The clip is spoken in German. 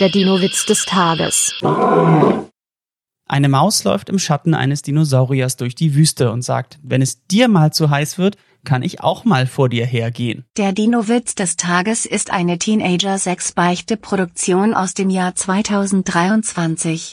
Der Dino-Witz des Tages. Eine Maus läuft im Schatten eines Dinosauriers durch die Wüste und sagt, wenn es dir mal zu heiß wird, kann ich auch mal vor dir hergehen. Der Dino-Witz des Tages ist eine Teenager-6-Beichte-Produktion aus dem Jahr 2023.